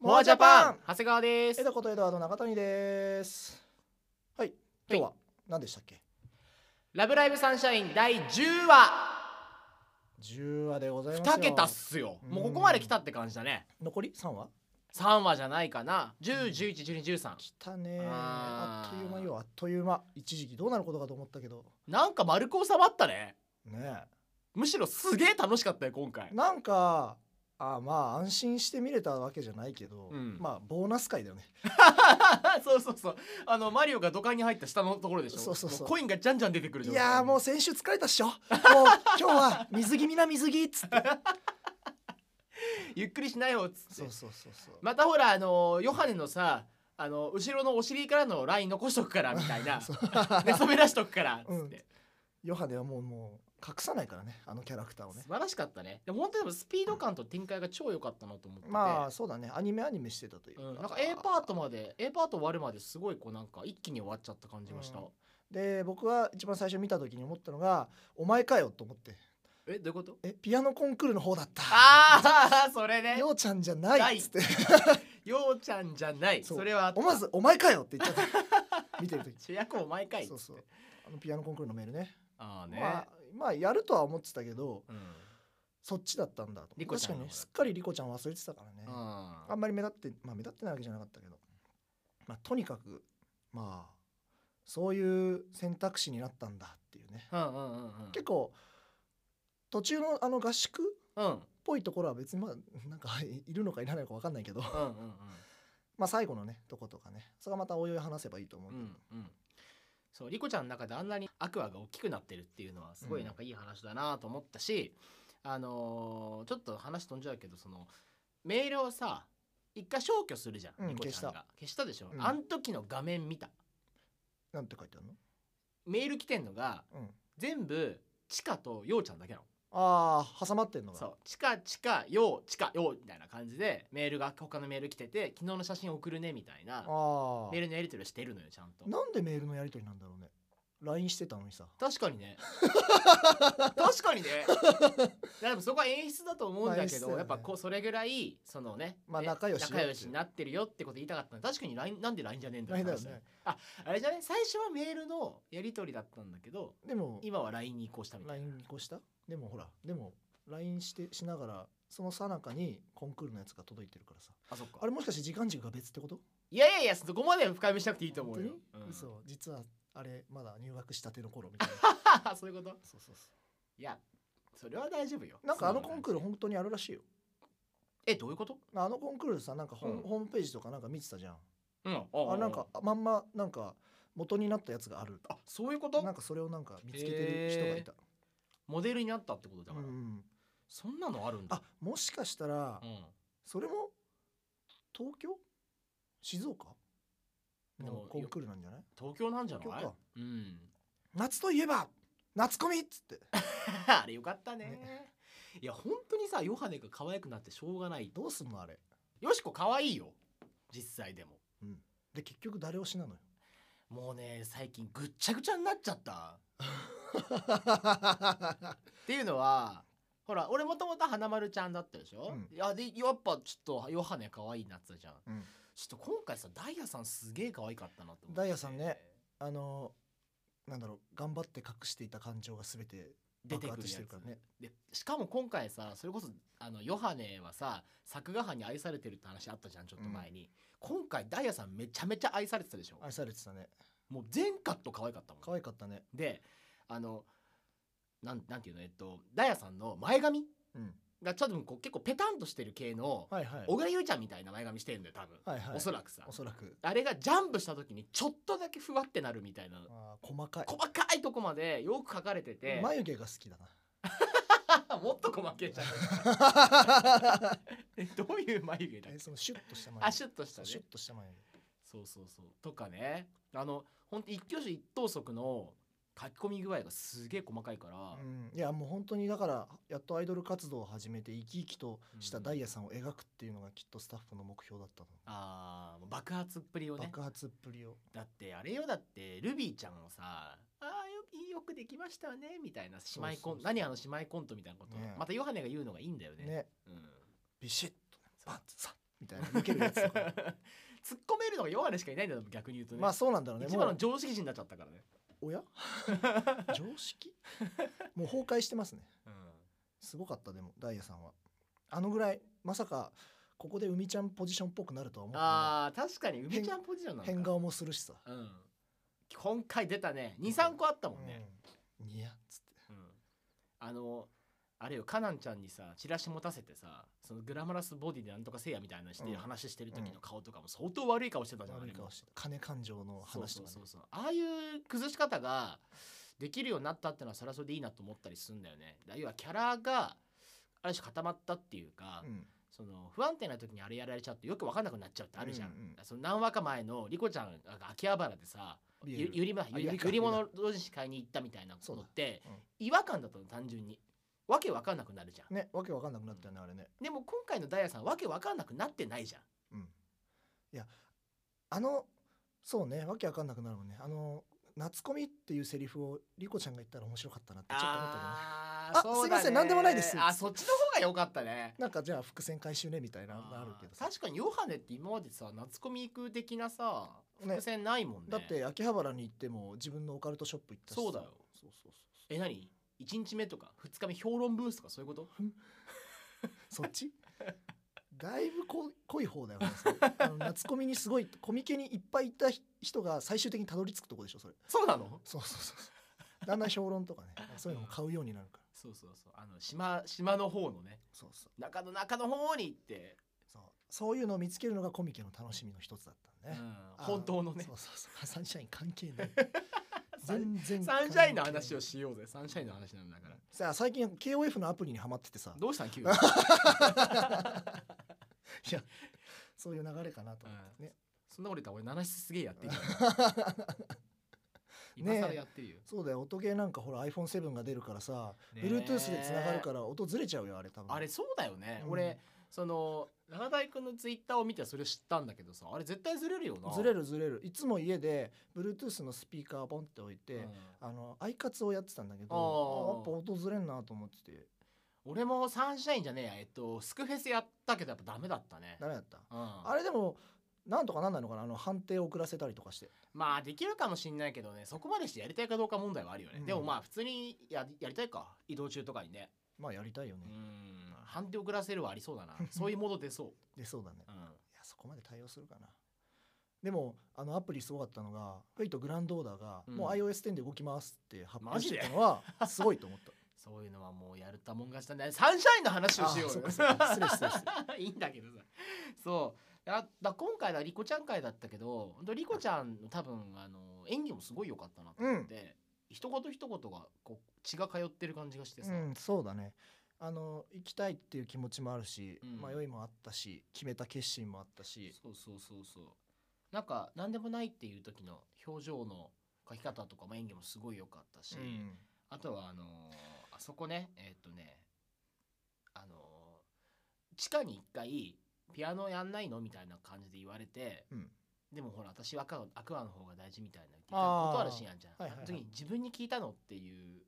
モアジャパン長谷川です江戸ことエドワード中谷ですはい今日は何でしたっけラブライブサンシャイン第10話10話でございますよ2桁っすよもうここまで来たって感じだね残り3話3話じゃないかな10111213来たねああーっという間よあっという間一時期どうなることかと思ったけどなんか丸く収まったねねむしろすげえ楽しかったよ今 回えなんかあまあ安心して見れたわけじゃないけど、うんまあボーナス回だよねそうそうそうあのマリオが土管に入った下のところでしょそうそうそうもコインがじゃんじゃん出てくるい状態やーもう先週疲れたっし ょもう今日は水着みな水着っつってゆっくりしないよっつってそうそうそうそう、またほらあのヨハネのさあの後ろのお尻からのライン残しとくからみたい なそう寝そべらしとくからっつって、ヨハネはもうもう隠さないからねあのキャラクターをね素晴らしかったねでも本当にでもスピード感と展開が超良かったなと思ってて、まあそうだねアニメアニメしてたといううん、なんか A パートまで A パート終わるまですごいこうなんか一気に終わっちゃった感じがした、うんで僕は一番最初見た時に思ったのが「お前かよ」と思ってえどういうこと「えピアノコンクールの方だった」ああ それねようちゃんじゃない」っつって ようちゃんじゃないそそうれはあ「った思わずお前かよ」って言っちゃ った見てる時主役を毎回そうそうあのピアノコンクールのメールねああね、まあ、まあやるとは思ってたけどうんそっちだったんだとリコ確ちゃかんにのねすっかりリコちゃん忘れてたからねうんあんまり目立ってまあ目立ってないわけじゃなかったけどまあとにかくまあそういう選択肢になったんだっていうねうんうんうん結構途中のあの合宿っうんうんぽいところは別にまあなんかいるのかいらないのか分かんないけど うんうんうんまあ最後のねとことかねそれはまたおいおい話せばいいと思ううけど、んうんそうリコちゃんの中であんなにアクアが大きくなってるっていうのはすごいなんかいい話だなと思ったし、あのーちょっと話飛んじゃうけどそのメールをさ一回消去するじゃん、うんリコちゃんが消したでしょ、うんあん時の画面見たなんて書いてあるの、メール来てんのがうん、全部チカとヨウちゃんだけなのああ挟まってんのがそうチカチカヨウチカヨウみたいな感じでメールが他のメール来てて昨日の写真送るねみたいなあメールのやり取りをしてるのよちゃんとあなんでメールのやり取りなんだろうね LINE してたのにさ確か にね確かにねでもそこは演出だと思うんだけど、まあ演出だよねやっぱこうそれぐらいそのね,ね、まあ仲良しよっていうになってるよってこと言いたかったの確かに LINE なんで LINE じゃねえんだ LINE だよ話ねあれじゃね最初はメールのやり取りだったんだけどでも今は LINE に移行したみたい LINE に越したでもほらでも LINE してしながらその最中にコンクールのやつが届いてるからさあそっかあれもしかして時間軸が別ってこといやいやいやそこまで深読みしなくていいと思うよ本当に、うん嘘実はあれまだ入学したての頃みたいな そういうことそうそうそいやそれは大丈夫ようなんかあのコンクールそうなんだ本当にあるらしいよえどういうことあのコンクールさなんかホ,、うんホームページとかなんか見てたじゃんうんああなんかまんまなんか元になったやつがあるあそういうことなんかそれをなんか見つけてる人がいた、モデルになったってことだうかんら、うん、そんなのあるんだあもしかしたら、うんそれも東京静岡でものコンクールなんじゃない東京なんじゃない東京かうん、 夏といえば夏コミっつってあれよかったねいや本当にさヨハネが可愛くなってしょうがないどうすんのあれよしこ可愛いよ実際でもで結局誰推しなのよもうね最近ぐっちゃぐちゃになっちゃったっていうのはほら俺もともと花丸ちゃんだったでしょ、うんいやでやっぱちょっとヨハネ可愛いなってたじゃんうんちょっと今回さダイヤさんすげえ可愛かったなと思ってダイヤさんねあのなんだろう頑張って隠していた感情が全て出て爆発くるやしつてるからねでしかも今回さそれこそあのヨハネはさ作画班に愛されてるって話あったじゃんちょっと前に、今回ダイヤさんめちゃめちゃ愛されてたでしょ愛されてたねもう全カット可愛かったもん可愛かったねであのなんなんていうのえっとダイヤさんの前髪うんがちょっとこう結構ペタンとしてる系のはいはい小倉優ちゃんみたいな前髪してるんだよ多分、はいはいおそらくさおそらくあれがジャンプした時にちょっとだけふわってなるみたいなあー細かい細かいとこまでよく描かれてて眉毛が好きだな もっと細けえ じゃんえどういう眉毛だっえけそのシュッとした眉毛あシュッとしたそねうシュッとした眉毛そうそうそうとかねあのほんと一挙手一投足の書き込み具合がすげえ細かいから、うん、いやもう本当にだからやっとアイドル活動を始めて生き生きとしたダイヤさんを描くっていうのがきっとスタッフの目標だったの、あー爆発っぷりをね爆発っぷりをだってあれよだってルビーちゃんをさ「あーよよくできましたね」みたいな姉妹そうそコうンそう何あの姉妹コントみたいなこと、ねまたヨハネが言うのがいいんだよね。 ねうんビシッとバッサみたいな抜けるや つとか突っ込めるのがヨハネしかいないんだよ逆に言うとね、まあそうなんだろうね一も番のう常識人になっちゃったからね、お や常識もう崩壊してますねすごかったでもダイヤさんはあのぐらいまさかここで海ちゃんポジションっぽくなるとは思ってなあー確かに梅ちゃんポジションないの変か、顔もするしさ、うん、今回出たね23個あったもんね、うん、いやっつってうんあのあれよカナンちゃんにさチラシ持たせてさそのグラマラスボディでなんとかせいやみたいなのして、うん話してる時の顔とかも相当悪い顔してたじゃん、あ悪れいも顔して金感情の話とかねそうそうそうそうああいう崩し方ができるようになったってのはそれはそれでいいなと思ったりするんだよねだ要はキャラがある種固まったっていうか、うんその不安定な時にあれやられちゃうとよく分かんなくなっちゃうってあるじゃん、うんうんその何話か前のリコちゃんが秋葉原でさビゆールゆりまあゆりかゆり物同時に買いに行ったみたいなことってそうだ、違和感だったの単純にわけ分かんなくなるじゃん、ねわけわかんなくなったよねあれねでも今回のダイヤさんわけ分かんなくなってないじゃんうんいやあのそうねわけわかんなくなるもんねあの「夏コミ」っていうセリフをリコちゃんが言ったら面白かったなってちょっと思ったけどねあーそうだねあすいません何でもないですあそっちの方が良かったねなんかじゃあ伏線回収ねみたいなのあるけどさ確かにヨハネって今までさ夏コミ行く的なさね伏線ないもんねだって秋葉原に行っても自分のオカルトショップ行ったしさそうだよそうそうそうえ何1日目とか2日目評論ブースとかそういうことそっち だいぶこ濃い方だよねそれあの夏コミにすごいコミケにいっぱいいた人が最終的にたどり着くとこでしょそれそうなのそうそうそうそうだんだん評論とかねそういうのも買うようになるからそうそうそうあの島島の方のねそうそう中の中の方に行って、そうそういうのを見つけるのがコミケの楽しみの一つだったうんでね、んあー本当のねそうそうそうサンシャイン関係 ないサ全ン然サンシャインの話をしようぜサンシャインの話なんだからさあ最近 KOF のアプリにはまっててさどうしたん急 にいやそういう流れかなと思ってね、そんなこと言ったら俺七七すげえ やってるよね今え更やってるよ、そうだよ音ゲーなんかほら iPhone7 が出るからさ、ねえ Bluetooth でつながるから音ずれちゃうよあれ多分あれそうだよね、うん俺その長大君のツイッターを見てそれ知ったんだけどさあれ絶対ずれるよなずれ、るずれるいつも家で Bluetooth のスピーカーポンって置いて、うんあのアイカツをやってたんだけどあーあやっぱ音ずれんなと思ってて俺もサンシャインじゃねえやえっとスクフェスやったけどやっぱダメだったね、ダメだったうん、あれでもなんとかなんないのかなあの判定遅らせたりとかしてまあできるかもしんないけどねそこまでしてやりたいかどうか問題はあるよね、うんでもまあ普通にややりたいか移動中とかにねまあやりたいよねう、ん判定遅らせるはありそうだな そういうもの出そでそうだねう、ういやそこまで対応するかなでもあのアプリすごかったのがフェイトグランドオーダーが、うんもう iOS10 で動きますって発マ表ジしでてたのはすごいと思ったん、そういうのはもうやるたもん勝ちなんだサンシャインの話をしよあうそっよかそっか 失礼失礼失いいんだけどさそうだだ今回はリコちゃん会だったけど本当リコちゃんの多分あの演技もすごい良かったなと思って、一言一言がこう血が通ってる感じがしてさ、うんそうだねあの行きたいっていう気持ちもあるし、うん迷いもあったし決めた決心もあったしそうそうそうそうなんか何でもないっていう時の表情の描き方とかも演技もすごい良かったし、うんあとはあのーあそこねえーっとねあのー地下に一回ピアノやんないのみたいな感じで言われてうんでもほら私はアクアアクアの方が大事みたいな言って断るシーンあるじゃん、あーはいはいはいあの時に自分に聞いたのっていう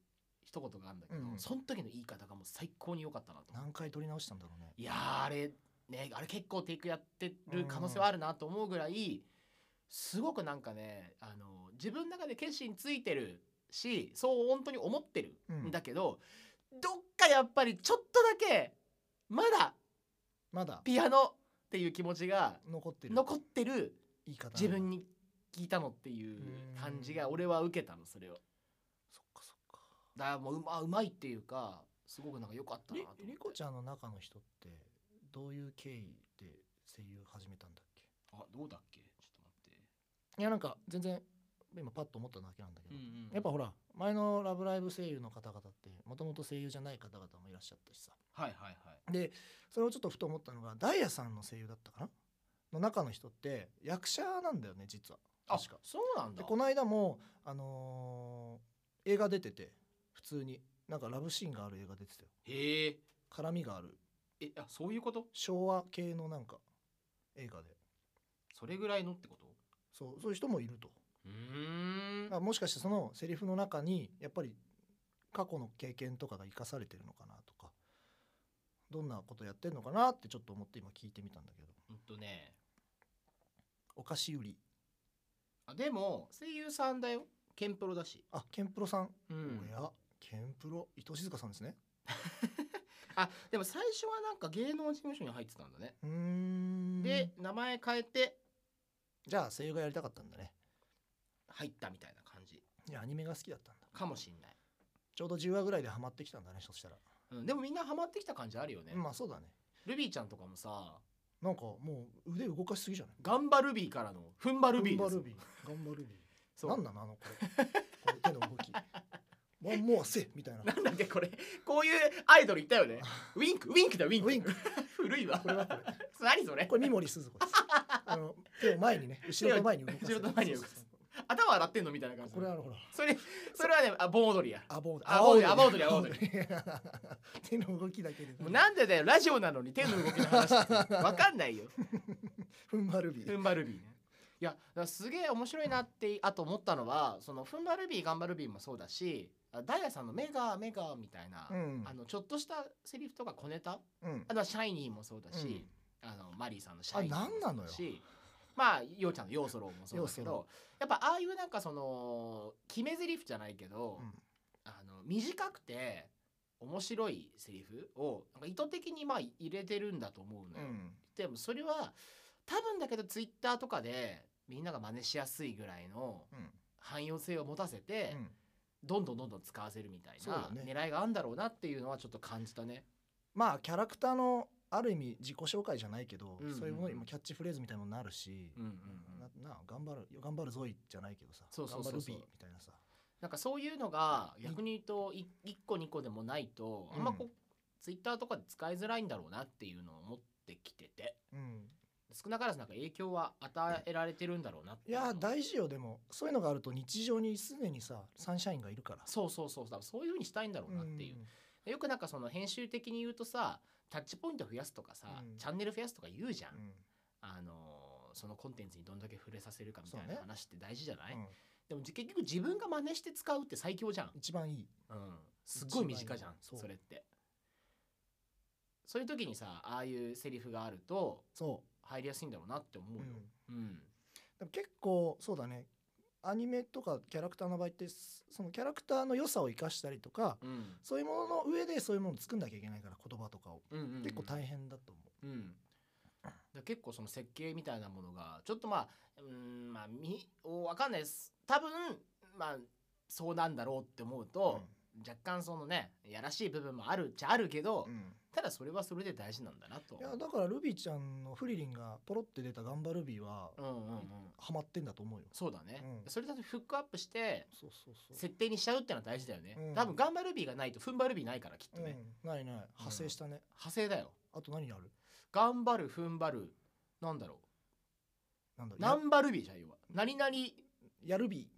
一言があるんだけど、うんその時の言い方がもう最高に良かったなと思って何回撮り直したんだろうねいやーあれねあれ結構テイクやってる可能性はあるなと思うぐらいすごくなんかねあの自分の中で決心ついてるしそう本当に思ってるうんんだけど、どっかやっぱりちょっとだけまだまだピアノっていう気持ちが残ってる残ってる言い方自分にに聞いたのっていう感じが俺は受けたのそれを。そっかそっかだからもううまうまいっていうかすごくなんか良かったなりと思ってりこちゃんの中の人ってどういう経緯で声優始めたんだっけあどうだっけちょっと待って。いやなんか全然今パッと思っただけなんだけど、うんうんやっぱほら前の「ラブライブ!」声優の方々ってもともと声優じゃない方々もいらっしゃったしさはいはいはい。でそれをちょっとふと思ったのがダイヤさんの声優だったかなの中の人って役者なんだよね実はあ確かそうなんだでこの間も、あのー映画出てて普通になんかラブシーンがある映画出てたよへえ絡みがあるえあそういうこと昭和系のなんか映画でそれぐらいのってことそうそういう人もいるとうーんまあ、もしかしてそのセリフの中にやっぱり過去の経験とかが生かされてるのかなとかどんなことやってるのかなってちょっと思って今聞いてみたんだけどとねお菓子売りあでも声優さんだよケンプロだし、あケンプロさん、うおん、やケンプロ伊藤静香さんですねあでも最初はなんか芸能事務所に入ってたんだね、うーんで名前変えてじゃあ声優がやりたかったんだね入ったみたいな感じいやアニメが好きだったんだかもしんない、ちょうど10話ぐらいでハマってきたんだねそしたら、うん、でもみんなハマってきた感じあるよね、まあそうだねルビーちゃんとかもさなんかもう腕動かしすぎじゃない頑張ルビーからの踏ん張ルビーガンバですルビーガンバルビーそうなんなのあのこれこの手の動 きもうもうせえみたいななんだっけこれこういうアイドルいたよねウィンクウィンクだウィンクウィンク 古いわこれはこれ何それこれ三森すず子ですあの手を前にね後ろと前に動かす手を後ろと前に動かすそうそう頭洗ってんのみたいなそう感じこれはあのほらそれそれはねあ盆踊りやアボーあ青い青い青い鳥青い 手の動きだけでもうなんでだよラジオなのに手の動きの話ってわかんないよ踏ん張るビふんばるビーねいやだからすげえ面白いなってあと思ったのはそのふんばるビー頑張るビーもそうだしあダイヤさんのメガメガみたいな、うんあのちょっとしたセリフとか小ネタうんあとはシャイニーもそうだし、うんあのマリーさんのシャイニーあもなんなのよそうだしまあようちゃんのヨーソローもそうだけヨーソロどやっぱああいうなんかその決め台詞じゃないけど、うんあの短くて面白いセリフをなんか意図的にまあ入れてるんだと思うのよ。でもそれは多分だけどツイッターとかでみんなが真似しやすいぐらいのうん汎用性を持たせて、うんどんどんどんどん使わせるみたいそうなだね狙いがあるんだろうなっていうのはちょっと感じたね。まあキャラクターのある意味自己紹介じゃないけど、うんうんうんそういうものにもキャッチフレーズみたいなのになるし、うんうんうんななあ頑張る頑張るぞいじゃないけどさそうそうそうそう頑張るビーみたいなさなんかそういうのが逆に言うとい一個二個でもないとあんまこう、うツイッターとかで使いづらいんだろうなっていうのを思ってきててうん少なからずなんか影響は与えられてるんだろうなっていうのや大事よでもそういうのがあると日常にすでにさサンシャインがいるからそうそうそうだからそういうふうにしたいんだろうなっていう、でよくなんかその編集的に言うとさタッチポイント増やすとかさ、うんチャンネル増やすとか言うじゃん、うんうんあのーそのコンテンツにどんだけ触れさせるかみたいそうなね話って大事じゃない、うんでもじ結局自分が真似して使うって最強じゃん、一番いいうん、すっごい身近じゃん一番いいそそうれってそういう時にさああいうセリフがあるとそ入りやすいんだろうなって思う、うよ、うんうんでも結構そうだねアニメとかキャラクターの場合ってそのキャラクターの良さを生かしたりとかうんそういうものの上でそういうものを作んなきゃいけないから言葉とかをうんうんうん結構大変だと思う、うん、だから結構その設計みたいなものがちょっとまあうーんまあみおわかんないです多分まあそうなんだろうって思うと、若干そのねやらしい部分もあるっちゃあるけど、うんただそれはそれで大事なんだなといやだからルビーちゃんのフリリンがポロって出た「ガンバルビー」はうんうんうんハマってんだと思うよ、そうだね、うんそれだとフックアップしてそうそうそう、設定にしちゃうってのは大事だよね、うん多分頑張るビーがないと踏ん張るビーないからきっとうね、ん、ないない派生したね、派生だよあと何ある頑張る踏ん張るなんだろなんだう何張るビーじゃん要は何々ややるビ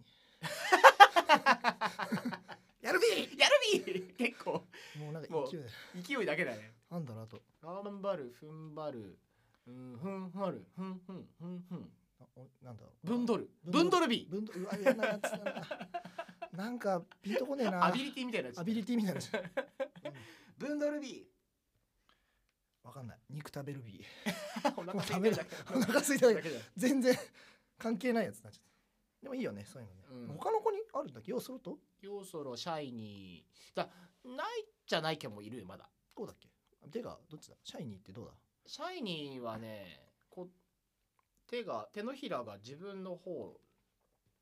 ーやるビ やるビー 結構ーもうなんか勢いで勢いだけだねなんだろうあと頑張る踏ん張るうんふんふんるふんふんふんふんあおなんだろうぶんどるぶぶんんどどるビぶんどうわ嫌なやつだななんかピンとこねえーなアビリティみたいなやつアビリティみたいなやつぶんどるビわかんない肉食べるビー お 腹空いてるだけーお腹空いただだけけだよ全然関係ないやつになっちゃったでもいいよねそういうのね、うん他の子にあるんだっけ要するとヨーソロシャイニーだないじゃないけどもいるよまだどうだっけ手がどっちだシャイニーってどうだシャイニーはねこう手が手のひらが自分の方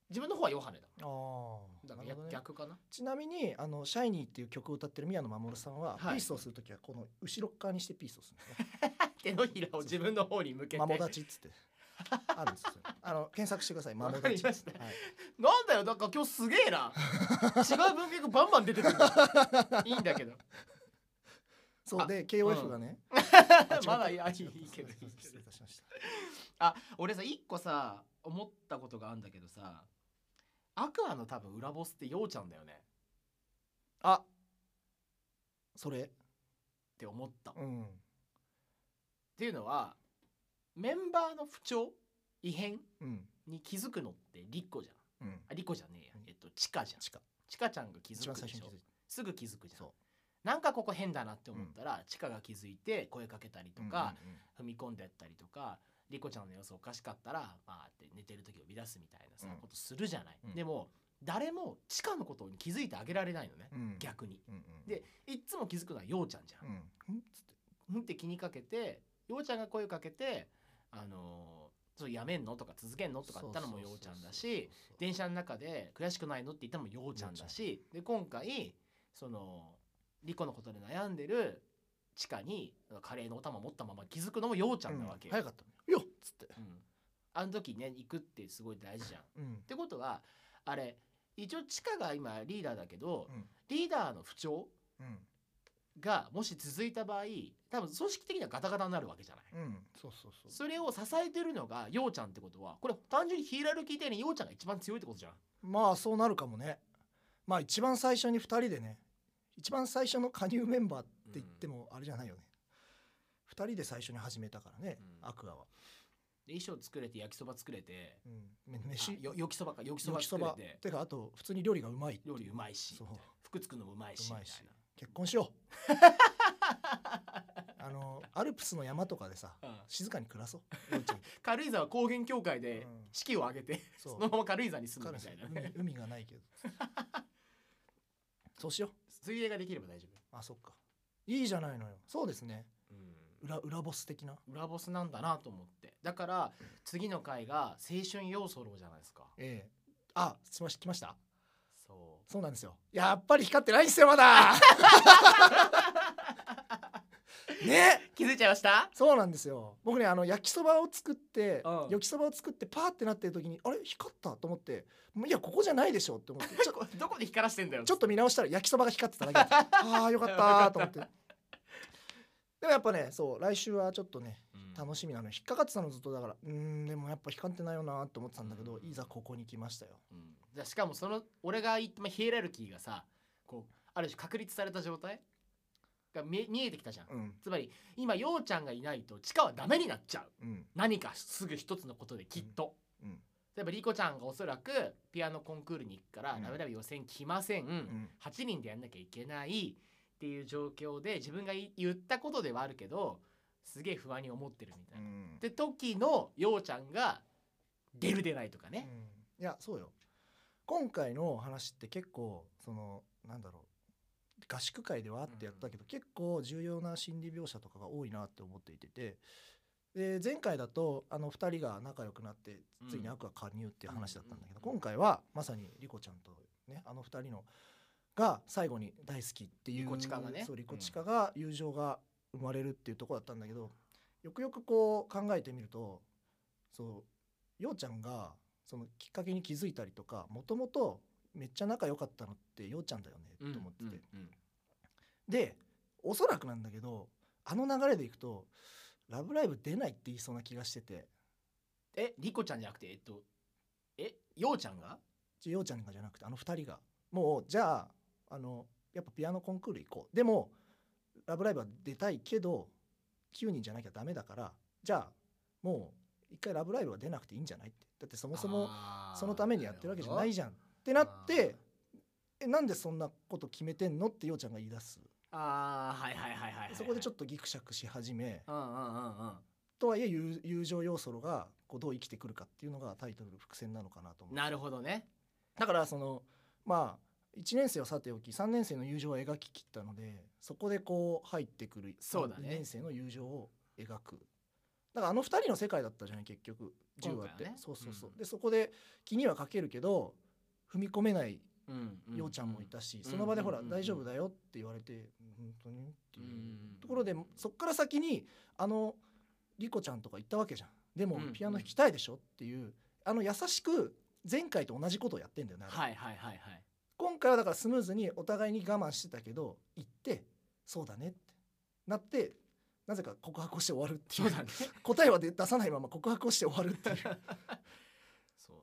自分の方はヨハネだだあなからるやほどね逆かなちなみにあの「シャイニーっていう曲を歌ってる宮野真守さんは、はいピースをする時はこの後ろっ側にしてピースをするんですね手のひらを自分の方に向「けてマモダチ」っつってあるんですよそれあの検索してください「マ わモかダりチ」ましたはいなんだよなんか今日すげえな違う文脈バンバン 出てくるいいんだけどそうで KOF がね、あ違った まだいやあいい違ったいいけどすません失礼いたしましたあ俺さ一個さ思ったことがあるんだけどさアクアの多分裏ボスってようちゃんだよねっあそれて思った、っうんていうのはメンバーの不調異変うんに気づくのってリッコじゃんうんあリコじゃねえやうんえっとチカじゃんチカチカちゃんが気一づ番く最で初しにょ気づいすぐ気づくじたゃんそなんかここ変だなって思ったら、チカが気づいて声かけたりとうか、うんうんうん踏み込んでったりとかリコちゃんの様子おかしかったら、まあ、って寝てる時呼び出すみたいなさ、うんことするじゃない、うんでも誰もチカのことに気づいてあげられないのね、うん逆にうんうんでいっつも気づくのはようちゃんじゃ、うんんんつってうん、って気にかけてようちゃんが声かけてあのーそうやめんのとか続けんのとか言ったのもようちゃんだそしうそうそうそう電車の中で悔しくないのって言ったのもようちゃんだしで今回そのリコのことで悩んでるチカにカレーのお玉持ったまま気づくのもようちゃんなわけよ、うん早かったのよよっつってうんあの時ね行くってすごい大事じゃん。っうんてことはあれ一応チカが今リーダーだけど、うんリーダーの不調うんがもし続いた場合多分組織的にはガタガタになるわけじゃない。うんそうそうそうそれを支えてるのがようちゃんってことはこれ単純にヒエラルキー的にようちゃんが一番強いってことじゃん。まあそうなるかもねまあ一番最初に2人でね一番最初の加入メンバーって言ってもあれじゃないよね、2人で最初に始めたからね、うんアクアは、で衣装作れて焼きそば作れてうん、め飯あよよきそばかよきそ焼ばきそ作ればててかあと普通に料理がうまいって料理うまいしそうみたいな服作るのもうまいしうみまたいいしな。結婚しようあのアルプスの山とかでさうん静かに暮らそうようちゃんと軽井沢高原協会でうん式を挙げて、そうそのまま軽井沢に住む彼み氏たいなね海海がないけど そうしよう水泳ができれば大丈あそっかいいじゃないのよそうですね夫、裏裏ボス的な裏ボスなんだなと思ってだから次の回が青春要素ろじゃないですかええあすみません来ましたそそうなんですよやっぱり光ってないんですよま だねう気づいちゃいましたそうなんですよ僕ねあの焼きそばを作ってうん焼きそばを作ってパーってなってる時にあれ光ったと思ってもういやここじゃないでしょって思ってちょどこで光らしてんだよちょっと見直したら焼きそばが光ってただけだった あーよかったーと思ってでもやっぱねそう来週はちょっとね楽しみなのよ引っかかってたのずっとだからうーんでもやっぱ光ってないよなと思ってたんだけど、うんいざここに来ましたようん、じゃあしかもその俺が言ったまあヒエラルキーがさこうある種確立された状態が見え見えてきたじゃん、うんつまり今ようちゃんがいないと地下はダメになっちゃううん何かすぐ一つのことできっと、うん例えばリコちゃんがおそらくピアノコンクールに行くからうんラブラブ予選来ません、うん8人でやんなきゃいけないっていう状況で自分がい言ったことではあるけどすげえ不安に思ってるみたいな。うんって時のようちゃんが出る出ないとかね。うんいやそうよ今回の話って結構そのなんだろう合宿会ではあってやったけど、結構重要な心理描写とかが多いなって思っていててで前回だとあの2人が仲良くなってついに悪は加入っていう話だったんだけど、うんう今ん回はまさにリコちゃんとねあの2人のが最後に大好きっていうリコチカがねそうリコチカが友情が生まれるっていうところだったんだけど、よくよくこう考えてみるとそうようちゃんがそのきっかけに気づいたりとかもともとめっちゃ仲良かったのってようちゃんだよねと思ってて、うんうんでおそらくなんだけどあの流れでいくと「ラブライブ!」出ないって言いそうな気がしててえリコちゃんじゃなくてえっとえようちゃんがちようちゃんがじゃなくてあの2人がもうじゃああのやっぱピアノコンクール行こうでも「ラブライブ!」は出たいけど9人じゃなきゃダメだからじゃあもう一回「ラブライブ!」は出なくていいんじゃないってだってそもそもあーそのためにやってるわけじゃないじゃんってなっなるてえなんでそんなこと決めてんのってようちゃんが言い出すあーはいはいはいはいはいそこでちょっっとギクシャクし始めとうんうんうんうんとはいえ友友情要素がこうどう生きてくるかっていうのがタイトルの伏線なのかなと思うなるほどねだからそのまあ1年生はさておき3年生の友情を描ききったのでそこでこう入ってくるそうだね2年生の友情を描くだからあの2人の世界だったじゃない結局10話って、今回はねそうそうそう、うんでそこで気にはかけるけど踏み込めないうんうようちゃんもいたし、うんその場でほら、うんうん大丈夫だよって言われて本当にっていううんところでそっから先にあのリコちゃんとか言ったわけじゃんでもうんピアノ弾きたいでしょっていうあの優しく前回と同じことをやってんだよね、あれはいはいはいはい今回はだからスムーズにお互いに我慢してたけど行ってそうだねってなってなぜか告白をして終わるってそいううだね答えは出出さないまま告白をして終わる っていうそ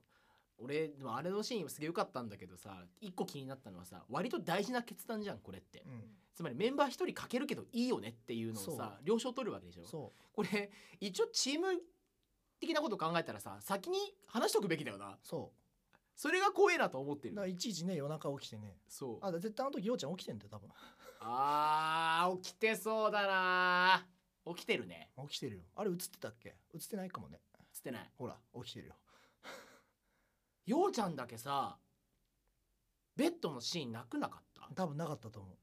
う俺でもあれのシーンすげえ良かったんだけどさ一個気になったのはさ割と大事な決断じゃんこれって、うんつまりメンバー一人かけるけどいいよねっていうのをさ了承取るわけでしょそこれ一応チーム的なこと考えたらさ先に話しとくべきだよなうそそれが怖えなと思っうてだからるいちいちね夜中起きてねそうあだから絶対あの時ようちゃん起きてんだよ多分あー起きてそうだな起きてるね起きてるよあれ映ってたっけ映ってないかもねつってないほら起き てるよようちゃんだけさベッドのシーンなくなかった多分なかったと思う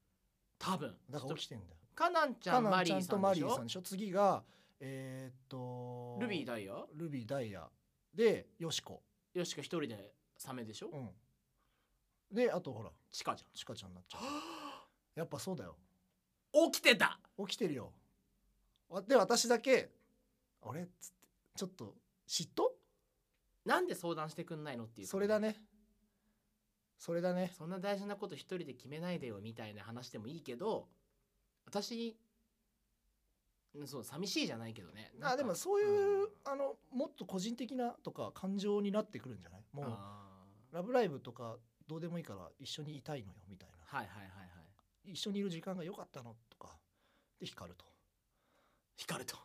多分だから起きてんだよカナンちゃカんナマンリちゃーんさとんマリでしーさょんでしょ次がえーっとルビーダダイヤルビーダイヤでよしこよしか一人でサメでしょ、うんであとほらチカちちかちゃんになっちゃゃうんやっぱそうだよはぁ起きてた起きてるよわで私だけ「あれ?」っつってちょっと嫉妬なんで相談してくんないのっていうそれだねそれだねそんな大事なこと一人で決めないでよみたいな話でもいいけど私うんそう寂しいじゃないけどねなんかあでもそういう、んあのもっと個人的なとか感情になってくるんじゃないもうあ「ラブライブ!」とかどうでもいいから一緒にいたいのよみたいなーはいはいはいはい一緒にいる時間が良かったのとかで光ると、光ると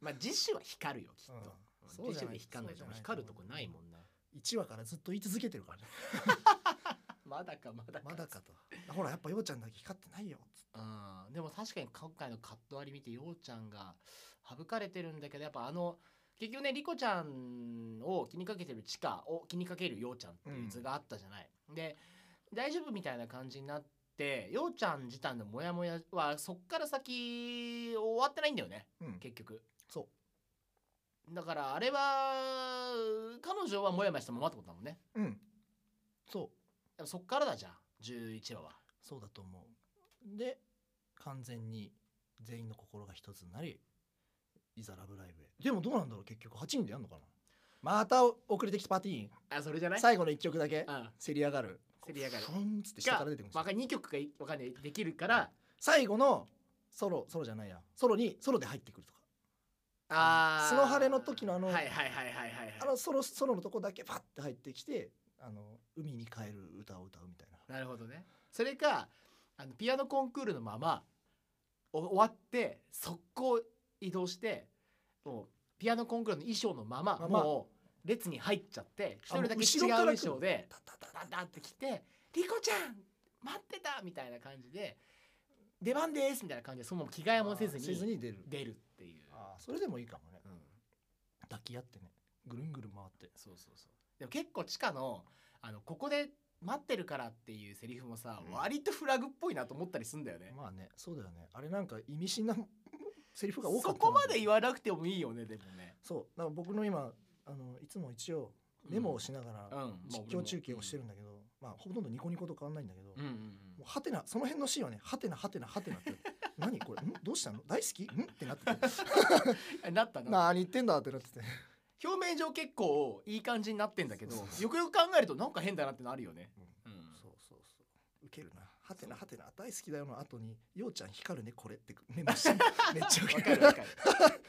まあ次週は光るよきっと、うん次週は光んないそうじとゃない光るとこないもんな1話からずっと言い続けてるからねまだかまだかまだかとほらやっぱようちゃんだけ光ってないよつってうんでも確かに今回のカット割り見てようちゃんが省かれてるんだけどやっぱあの結局ね莉子ちゃんを気にかけてる地下を気にかけるようちゃんっていう図があったじゃない。で大丈夫みたいな感じになってようちゃん自体のモヤモヤはそっから先終わってないんだよねうん結局。そだからあれは彼女はモヤモヤしたままってことだもんね。ううんそうやっぱそっからだじゃん11話は。そうだと思うで完全に全員の心が一つになりいざラブライブへでもどうなんだろう結局8人でやんのかなまた遅れてきたパティーあそれじゃなンい最後の1曲だけうんせり上がるせり上がるふんっつって下から出てくるんですわよか2曲がいわかんないできるから最後のソロソロじゃないやソロにソロで入ってくるとかあースノハレの時のあのはいはいはいはいはいはいあのソロソロのとこだけパッて入ってきてあの海に帰る歌を歌うみたいななるほどねそれかあのピアノコンクールのままお終わって速攻移動してもうピアノコンクールの衣装のまま、ままもう列に入っちゃって一あもう人だけ後違ろうから来る衣装でタタタダタンダンって来て「リコちゃん待ってた!」みたいな感じで「出番です!」みたいな感じでそのまま着替えもせずせずにに出る出るっていう、あーそれでもいいかもねうん、抱き合ってねぐるんぐるん回ってそうそうそうでも結構地下のあの「ここで待ってるから」っていうセリフもさ、うん割とフラグっぽいなと思ったりすんだよね、まあねそうだよねあれなんか意味深なセリフが多かそったなこまで言わなくてもいいよねでもねそうだから僕の今あのいつも一応メモをしながらうん実況中継をしてるんだけど、まあほとんどニコニコと変わんないんだけど、うんうんうんもうハテナその辺のシーンはねハテナハテナハテナって 何これんどうしたの大好きんってなっててえなったな何言ってんだってなってて表面上結構いい感じになってんだけどそうそうよくよく考えるとなんか変だなってなるよね、うんそうそうそうウケるなハテナハテナ大好きだよの後に「ようちゃん光るねこれ」ってメモして めっちゃウケわるかるわか る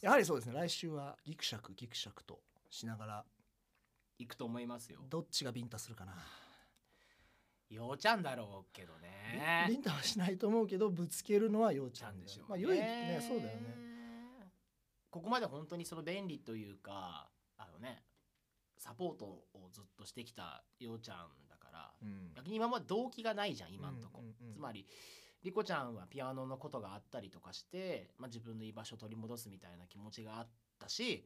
やはりそうですね来週はギクシャクギクシャクとしながら行くと思いますよどっちがビンタするかなようちゃんだろうけどねビンタはしないと思うけどぶつけるのはようちちゃゃんんででしょう、まあよいねそうだよねここまで本当にその便利というかあのねサポートをずっとしてきたようちゃんだからうん逆に今まで動機がないじゃん今んとこ、うんうんうんつまり莉子ちゃんはピアノのことがあったりとかして、まあ、自分の居場所を取り戻すみたいな気持ちがあったし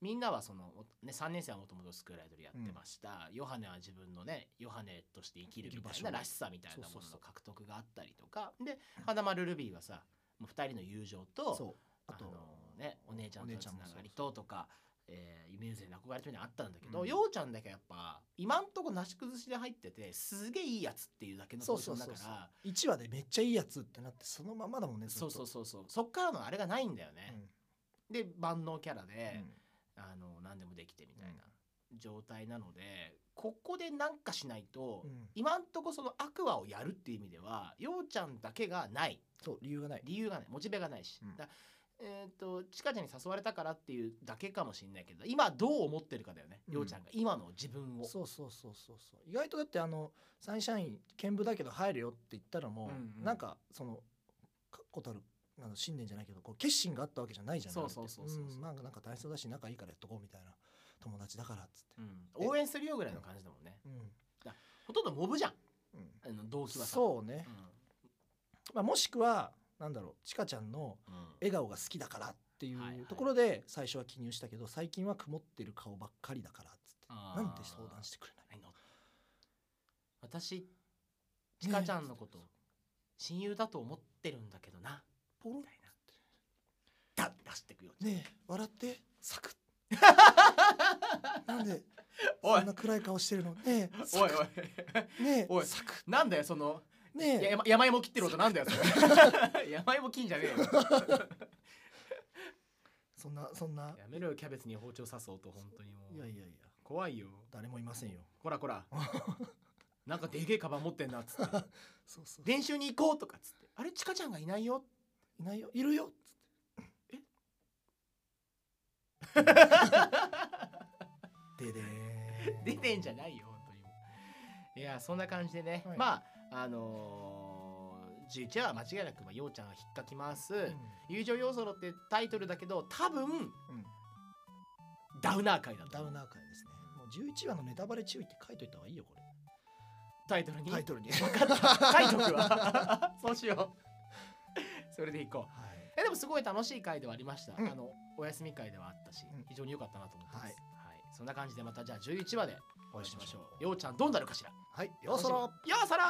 みんなはその、ね、3年生はもともとスクールアイドルやってました、ヨハネは自分のねヨハネとして生きるみたいならしさみたいなそもうそのうそのう獲得があったりとかで花丸ルビーはさもう2人の友情とそうああとのねお姉ちゃんとのつながりととかえー、夢ゆずに憧れてるのあったんだけど、うんようちゃんだけやっぱ今んとこなし崩しで入っててすげえいいやつっていうだけのそポうジショそうンだそうかそうら1話でめっちゃいいやつってなってそのままだもんねそうそうそそうそうそっからのあれがないんだよね、で万能キャラうんで、あの何でもできてみたいな状態なのでここでなんかしないと、うん今んとこそのアクアをやるっていう意味ではようちゃんだけがないそう理由がない理由がないモチベがないし、うんだえっ、とちかちゃんに誘われたからっていうだけかもしれないけど今どう思ってるかだよね、うんようちゃんが今の自分をそうそうそうそうそう意外とだってあのサンシャイン兼部だけど入るよって言ったらもうんう、うんなんかその確固たるあの信念じゃないけどこう決心があったわけじゃないじゃないそうそうそうそうそうんまあなんか大層だし仲いいからやっとこうみたいな友達だからっつって、うん応援するよぐらいの感じだもんねうほとんどモブじゃんんうんあの動機はさそうねう、んまあ、もしくはなんだろうちかちゃんのうん笑顔が好きだからっていはいはいうところで最初は記入したけど最近は曇ってる顔ばっかりだからっつってあーなんで相談してくれないの私ちかちゃんのこと親友だと思ってるんだけどなポロみンたいなダッ出してくよねえ笑ってサクッ なんでおいそんな暗い顔してるのねえサおいクおい ッねおえいサクなんだよそのッねいやえ山山芋切ってる音なんだよそ れ山芋切んじゃねえよそんなそんなやめろよキャベツに包丁刺す音本当にもういやいやいや怖いよ誰もいませんよこらこ らなんかでげえカバン持ってんなっつってそうそう練習に行こうとかっつってあれちかちゃんがいないよいないよいるよ ででーん出てんじゃないよ本当にもういやそんな感じでね、はいまああのー、11話は間違いなく、まあ、ようちゃんが引っかきます、友情要素のってタイトルだけど多分うんうんダウナー会だとダ思うウナー会ですねもう11話のネタバレ注意って書いといた方がいいよこれタイトルにタイトルに分かった書いとくわ そうしようそれでいこうはいえでもすごい楽しい回ではありました、うんあのお休み会ではあったし、うん非常に良かったなと思ってます、ははいいそんな感じでまたじゃあ11話でおお会い会いししままししょょううようちゃんどうなるかしらはいようそろようそろ